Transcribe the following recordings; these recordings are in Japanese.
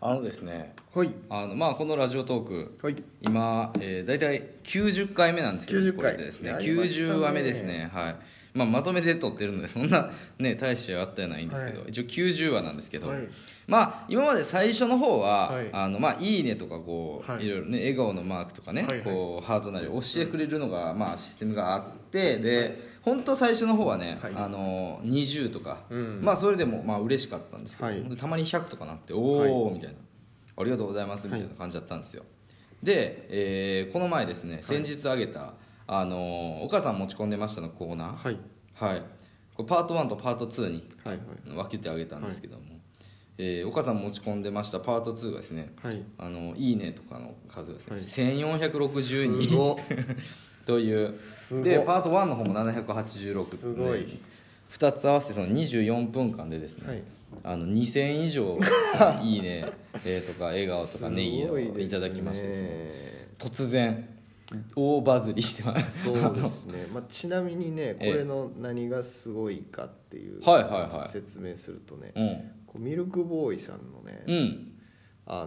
あのですねはいあのまあこのラジオトークはい今、えー、大体90回目なんですけど90回これでですねやりましたね90話目ですねはい、まあ、まとめて撮ってるのでそんなね大してあったりはないんですけど、は一応90話なんですけど、はいまあ今まで最初の方は「はいい、あのまあいいね」とかこう、はいい、ろいろね笑顔のマークとかね、はいはいこうハートなり押してくれるのが、まあシステムがあってで本当最初の方はね、はいあの20とか、うんまあそれでもまあ嬉しかったんですけど、はいでたまに100とかなって「おお」みたいな。ありがとうございますみたいな感じだったんですよ、で、えーこの前ですね先日あげた、あのーお母さん持ち込んでました」のコーナはいーはいこれパート1とパート2にはい分けてあげたんですけども、えーお母さん持ち込んでましたパート2がですねはいはい「あのいいね」とかの数がですね、はいす1462ご というすごでパート1の方も786すごい2つ合わせてその24分間でですね、はいあの2000以上 いいね、えーとか笑顔とかネギをいただきましてですねね突然大バズりして ますそうですね、まあ、ちなみにねこええれの何がすごいかっていう、はいはいはいちょっと説明するとね、うんこうミルクボーイさんのね、うんあ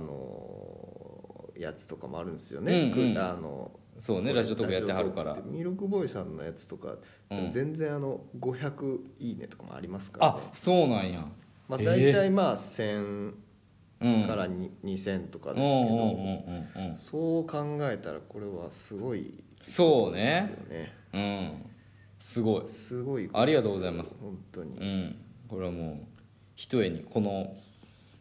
のーやつとかもあるんですよね、うんうんくあのそうねラジオトークやってはるからラジオトークってミルクボーイさんのやつとか、うん全然あの500いいねとかもありますから、あそうなんやまあ、ええ大体まあ1000うんからに2000とかうでんすうけど、んうんうんうんそう考えたらこれはすごいそうですねよねうんすごいすごいありがとうございます本当に、うんこれはもうひとえにこの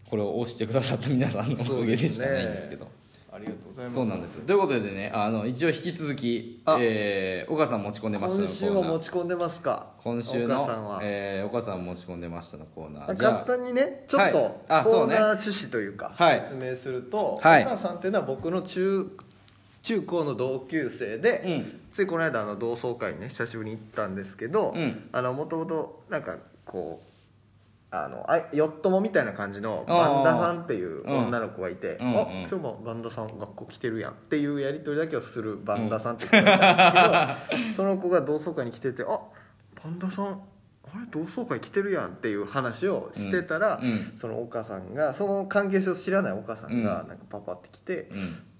これを押してくださった皆さんのおかげでしかないんですけどありがとうございそうなんですということでねあの一応引き続きあ、えー、岡さん持ち込んでましたの今週もコーナ持ーち込んでますか今週岡のさんは、えー、岡さん持ち込んでましたのコーナーじ簡ゃあ単にねちょっとはいコあそうーねナー趣旨というかはい説明すると、はいお母さんっていうのは僕の中中高の同級生で、うんついこの間あの同窓会にね久しぶりに行ったんですけどうんもともとなんかこうあのあよっともみたいな感じのバンダさんっていう女の子がいて「あ,、うんうんうん今日もバンダさん学校来てるやん」っていうやり取りだけをするバンダさんっていう子がいたんです けど、その子が同窓会に来てて「あバンダさんあれ同窓会来てるやん」っていう話をしてたら、うんうんそのお母さんがその関係性を知らないお母さんがうんなんかパパって来て「うん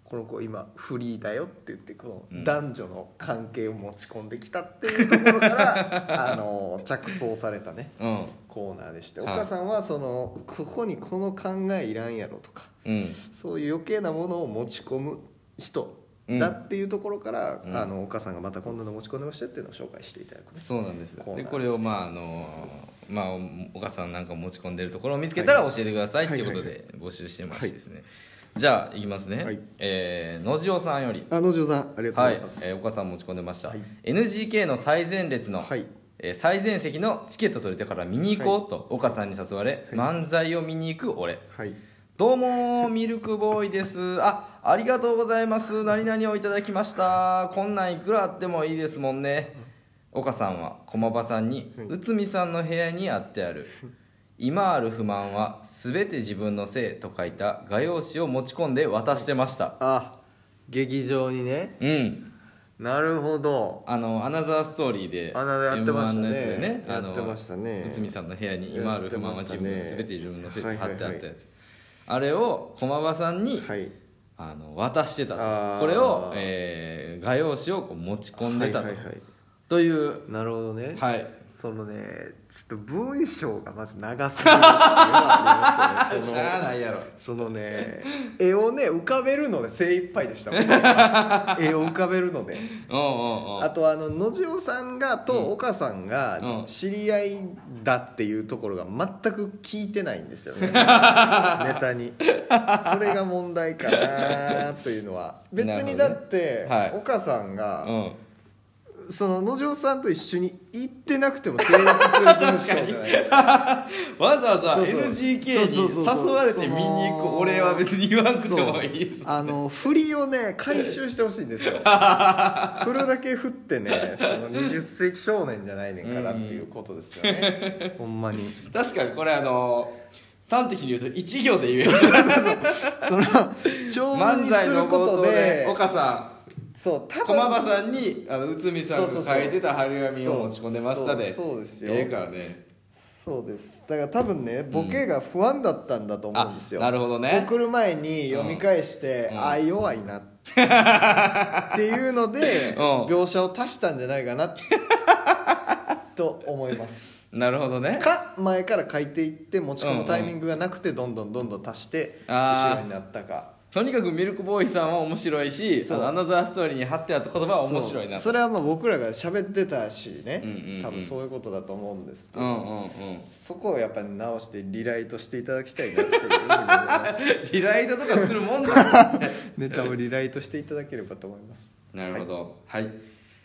この子今フリーだよって言ってこうのん男女の関係を持ち込んできたっていうところ から、あの着想されたねうんコーナーでしておはい母さんはそのそこにこの考えいらんやろとかうんそういう余計なものを持ち込む人だっていうところから、うんあのお母さんがまたこんなの持ち込んでましたよっていうのを紹介していただくねそうなんですコーナーでですこれをまああのまあ岡さんなんか持ち込んでるところを見つけたらは教えてくださいはといいうことで募集してましてですね、じゃあいきますね、はいえー野次郎さんよりあの嬢さんありがとうごはざいいます、えー岡さん持ち込んでました、はい NGK の最前列の、はいえー最前席のチケット取れたから見に行こうと、岡さんに誘われ、漫才を見に行く俺はいどうもミルクボーイですあありがとうございます何々をいただきましたこんなんいくらあってもいいですもんね岡さんは駒場さんに内海さんの部屋にあってある今ある不満は全て自分のせいと書いた画用紙を持ち込んで渡してましたあ劇場にねうんなるほどあのアナザーストーリーでアナザーやってましたね M1 のやつでねあのやってましたね内海さんの部屋に今ある不満は自分やっのてましたね全て自分のせいはでいは貼いはいってあったやつあれを駒場さんに、はいあの渡してたあーとこれを、えー画用紙をこう持ち込んでたと,、はいいはいはいうなるほどねはいそのねちょっと文章がまず長すぎるっていうのはありますしよねゃあないやろそのそのね絵をね浮かべるので精一杯でしたも んね絵を浮かべるのでうんうんうんあとあの野次郎さんがと岡さんうがん知り合いだっていうところが全く聞いてないんです よねネタにそれが問題かなというのは別にだってなるほ岡さんが、うんその野条さんと一緒に行ってなくても成立する文章じゃないですかわざわざそうそう NGK にそうそうそうそう誘われて見に行くその俺は別に言わなくてもい いですそうあの振りをね回収してほしいんで すよ振るだけ振ってねその20世紀少年じゃないねんからっていうことですよ ね、ほんまに確かにこれあの端的に言うと一行で言えるその長文漫に才するのここととでで岡さそう多ん分駒場さんにあの内海さんが書いてた張り紙を持ち込んでましたでそうそうそうですよええからねそうですだから多分ねボケが不安だったんだと思うんですよ、あなるほどね送る前に読み返して、うんああ弱いなっていうので、 うん描写を足したんじゃないかな と思いますなるほどねか前から書いていって持ち込むタイミングがなくてどんどんどんどん足してあー後ろになったかとにかくミルクボーイさんは面白いしそうあのアナザーストーリーに貼ってあった言葉は面白いなそうそれはまあ僕らが喋ってたしね、うんうんうん多分そういうことだと思うんですけうど、んうんうんそこをやっぱり直してリライトしていただきたいなっていうふうに思いま すリライトとかするもん だネタをリライトしていただければと思います。なるほどはい、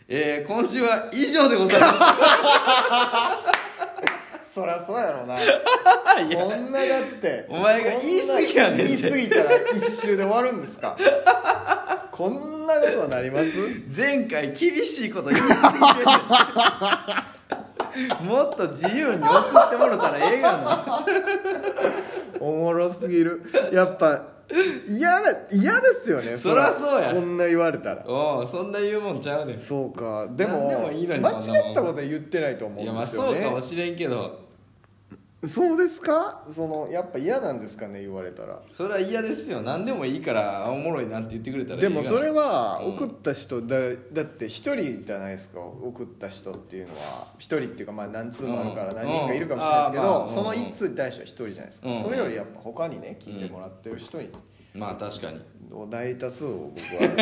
えー、今週は以上でござい ますそりゃそうやろう な。いやこんなだって。お前が言い過ぎやねんてこな言い過ぎたら一周で終わるんで すか。こんなことなります前回厳しい こと言い過ぎてもっと自由に送ってもらったらええがなおもろすぎる。やっぱ、嫌だ、嫌ですよね。そりゃそうやこんな言われたら。 おうそんな言うもんちゃうねんそうか。でも、なんでもいいのに間違ったことは言ってないと思いやうんまであすよそうね。かもしれんけどそうですかその、やっぱ嫌なんですかね、言われたら。それは嫌ですよ何でもいいからおもろいなんて言ってくれたらいいでもそれははうん送った人だだって一人じゃないですか送った人っていうのは一人っていうかまあ何通もあるからうん何人かいるかもしれないですけうんあーまあどそうんの一通に対しては一人じゃないですかうんそれよりやっぱ他にね聞いてもらってる人にまあ確かに大多数を僕は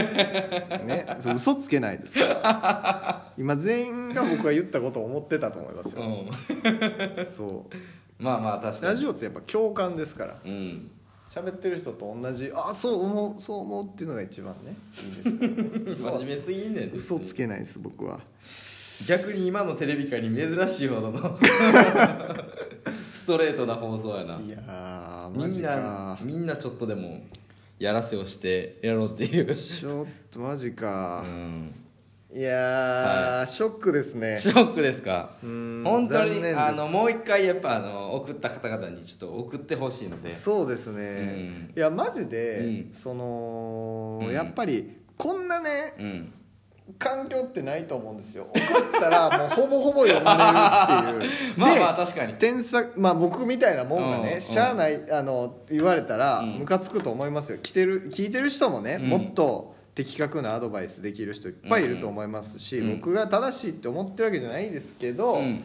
ねそう嘘つけないですから今全員が僕が言ったことを思ってたと思いますうよんそうまあまあ確かラにジオってやっぱ共感ですからうん喋ってる人と同じああそう思うそう思うっていうのが一番ねいいですからね 真面目すぎんねん嘘つけないです僕は逆に今のテレビ界に珍しいほどのストレートな放送やないやーみマんジなかみんなちょっとでもやらせをしてやろうっていう、ちょっとマジうか、ん、いやー、ショックですねショックですかうーん本当残念でにすあのもう一回やっぱあの送った方々にちょっと送ってほしいのでそうですね、いやマジで、うんその、うんやっぱりこんなねうん環境ってないと思うんですよ送ったらもうほぼほぼ読まれるってい うまあでまあ確かに添削まあ僕みたいなもんがうんうねんしゃあないあの言われたらうんムカつくと思いますよ来てる聞いてる人もねうんもっと的確なアドバイスできる人いっぱいいると思いますしうんうん僕が正しいって思ってるわけじゃないですけどうん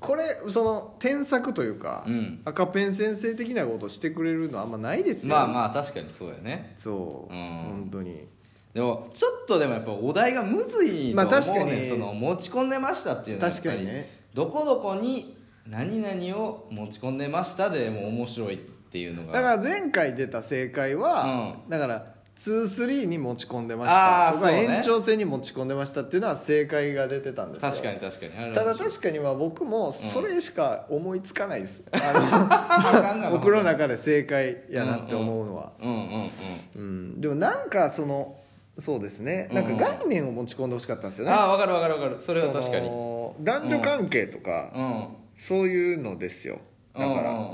これその添削というかうん赤ペン先生的なことをしてくれるのはあんまないですよまあまあ確かにそうやねそううん本当にでもちょっとでもやっぱお題がむずいとまあ確思うかねんにその持ち込んでましたっていうのはやっぱり確かにねどこどこに何々を持ち込んでましたでもう面白いっていうのがだから前回出た正解は、だから23に持ち込んでましたあーとか、そうね延長戦に持ち込んでましたっていうのは正解が出てたんですよ確かに確かにあれただ面白い確かには僕もそれしか思いつかないです、 ああかんがのな僕の中で正解やなって思うのは、うんうんうんうんでもなんかそのそうですねなんか概念を持ち込んでほしかったんですよね、ああ分かる分かる分かるそれは確かにそうの男女関係とか、んそういうのですよだから、うううんんんう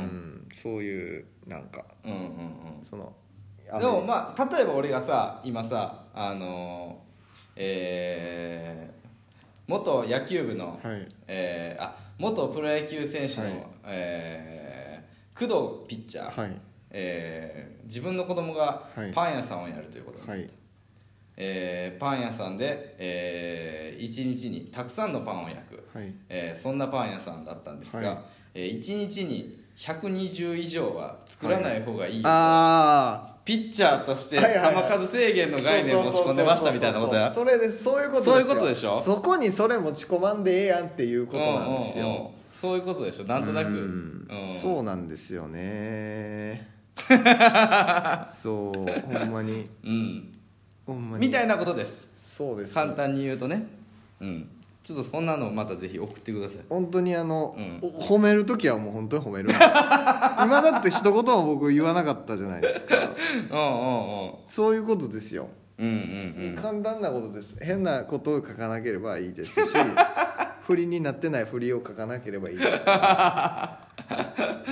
んそういうなんかうんうんうんそのうんでもまあ例えば俺がさ今さあのーえー元野球部の、はいえーあ元プロ野球選手の、はいえー工藤ピッチャー、はいえー自分の子供がはいパン屋さんをやるということで、はいえーパン屋さんで、え1日にたくさんのパンを焼く、はいえーそんなパン屋さんだったんですが、はいえ1日に120以上は作らない方がいいよ、ああピッチャーとして球はいはいはい数制限の概念を持ち込んでましたみたいなことやそうそうそうそうそれでそういうことですよそういうことでしょそこにそれ持ち込まんでええやんっていうことなんですうんうんうんよそういうことでしょなんとなくうんうんそうなんですよ ねそうほんまにうんほんまにみたいなことですそうです簡単に言うとねうんちょっとそんなのまたぜひ送ってください本当にあの、うんお褒める時はもう本当に褒める今だって一言も僕言わなかったじゃないですかうんうんうんそういうことですようんうん簡単なことです変なことを書かなければいいです し振りになってない振りを書かなければいいで すから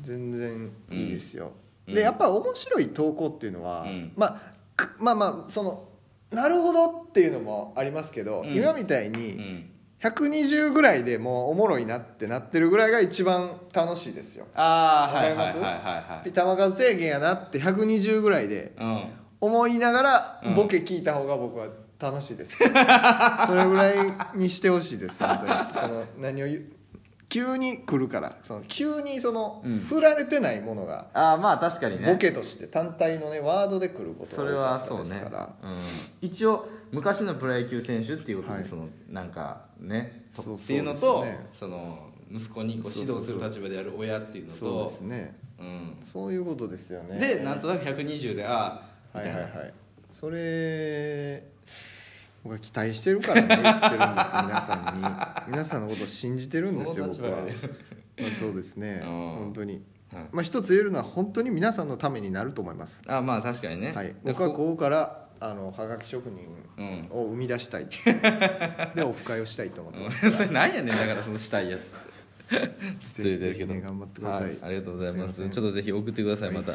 全然いいですよ、うんでやっぱ面白い投稿っていうのは、うんまあ、くまあまあそのなるほどっていうのもありますけど、うん今みたいうんうにん120ぐらいでもうおもろいなってなってるぐらいが一番楽しいですよああわはかいはりいまはいすはで球数制限やなって120ぐらいでいはい、うん、思いながらうんボケ聞いた方が僕は楽しい です、それぐらいにしてほしいです本当にその何を言う急に来るからその急にその、うん振られてないものがああまあ確かにねボケとして単体のねワードで来ることそれがは多そかうったねですから、うん、一応昔のプロ野球選手っていうことで、はいそのなんかねとそうっていうのとそうですねその息子にこう指導する立場である親っていうのとそうですねうんそういうことですよねでなんとなく120でああはみいたいはないはいそれ僕は期待してるからね言ってるんです皆さんに皆さんのことを信じてるんですよこの立僕場は、でまあそうですね うん本当に、はいまあ一つ言えるのは本当に皆さんのためになると思います、あまあ確かにね、はい、で僕はこここからあのはがき職人うんを生み出 したい、でオフ会をしたいと思ってますうんそれ なんやねんだからそのしたいや つつって言うてるけどぜひね頑張ってくださいはありがとうございますすいませんちょっとぜひ送ってくださいまた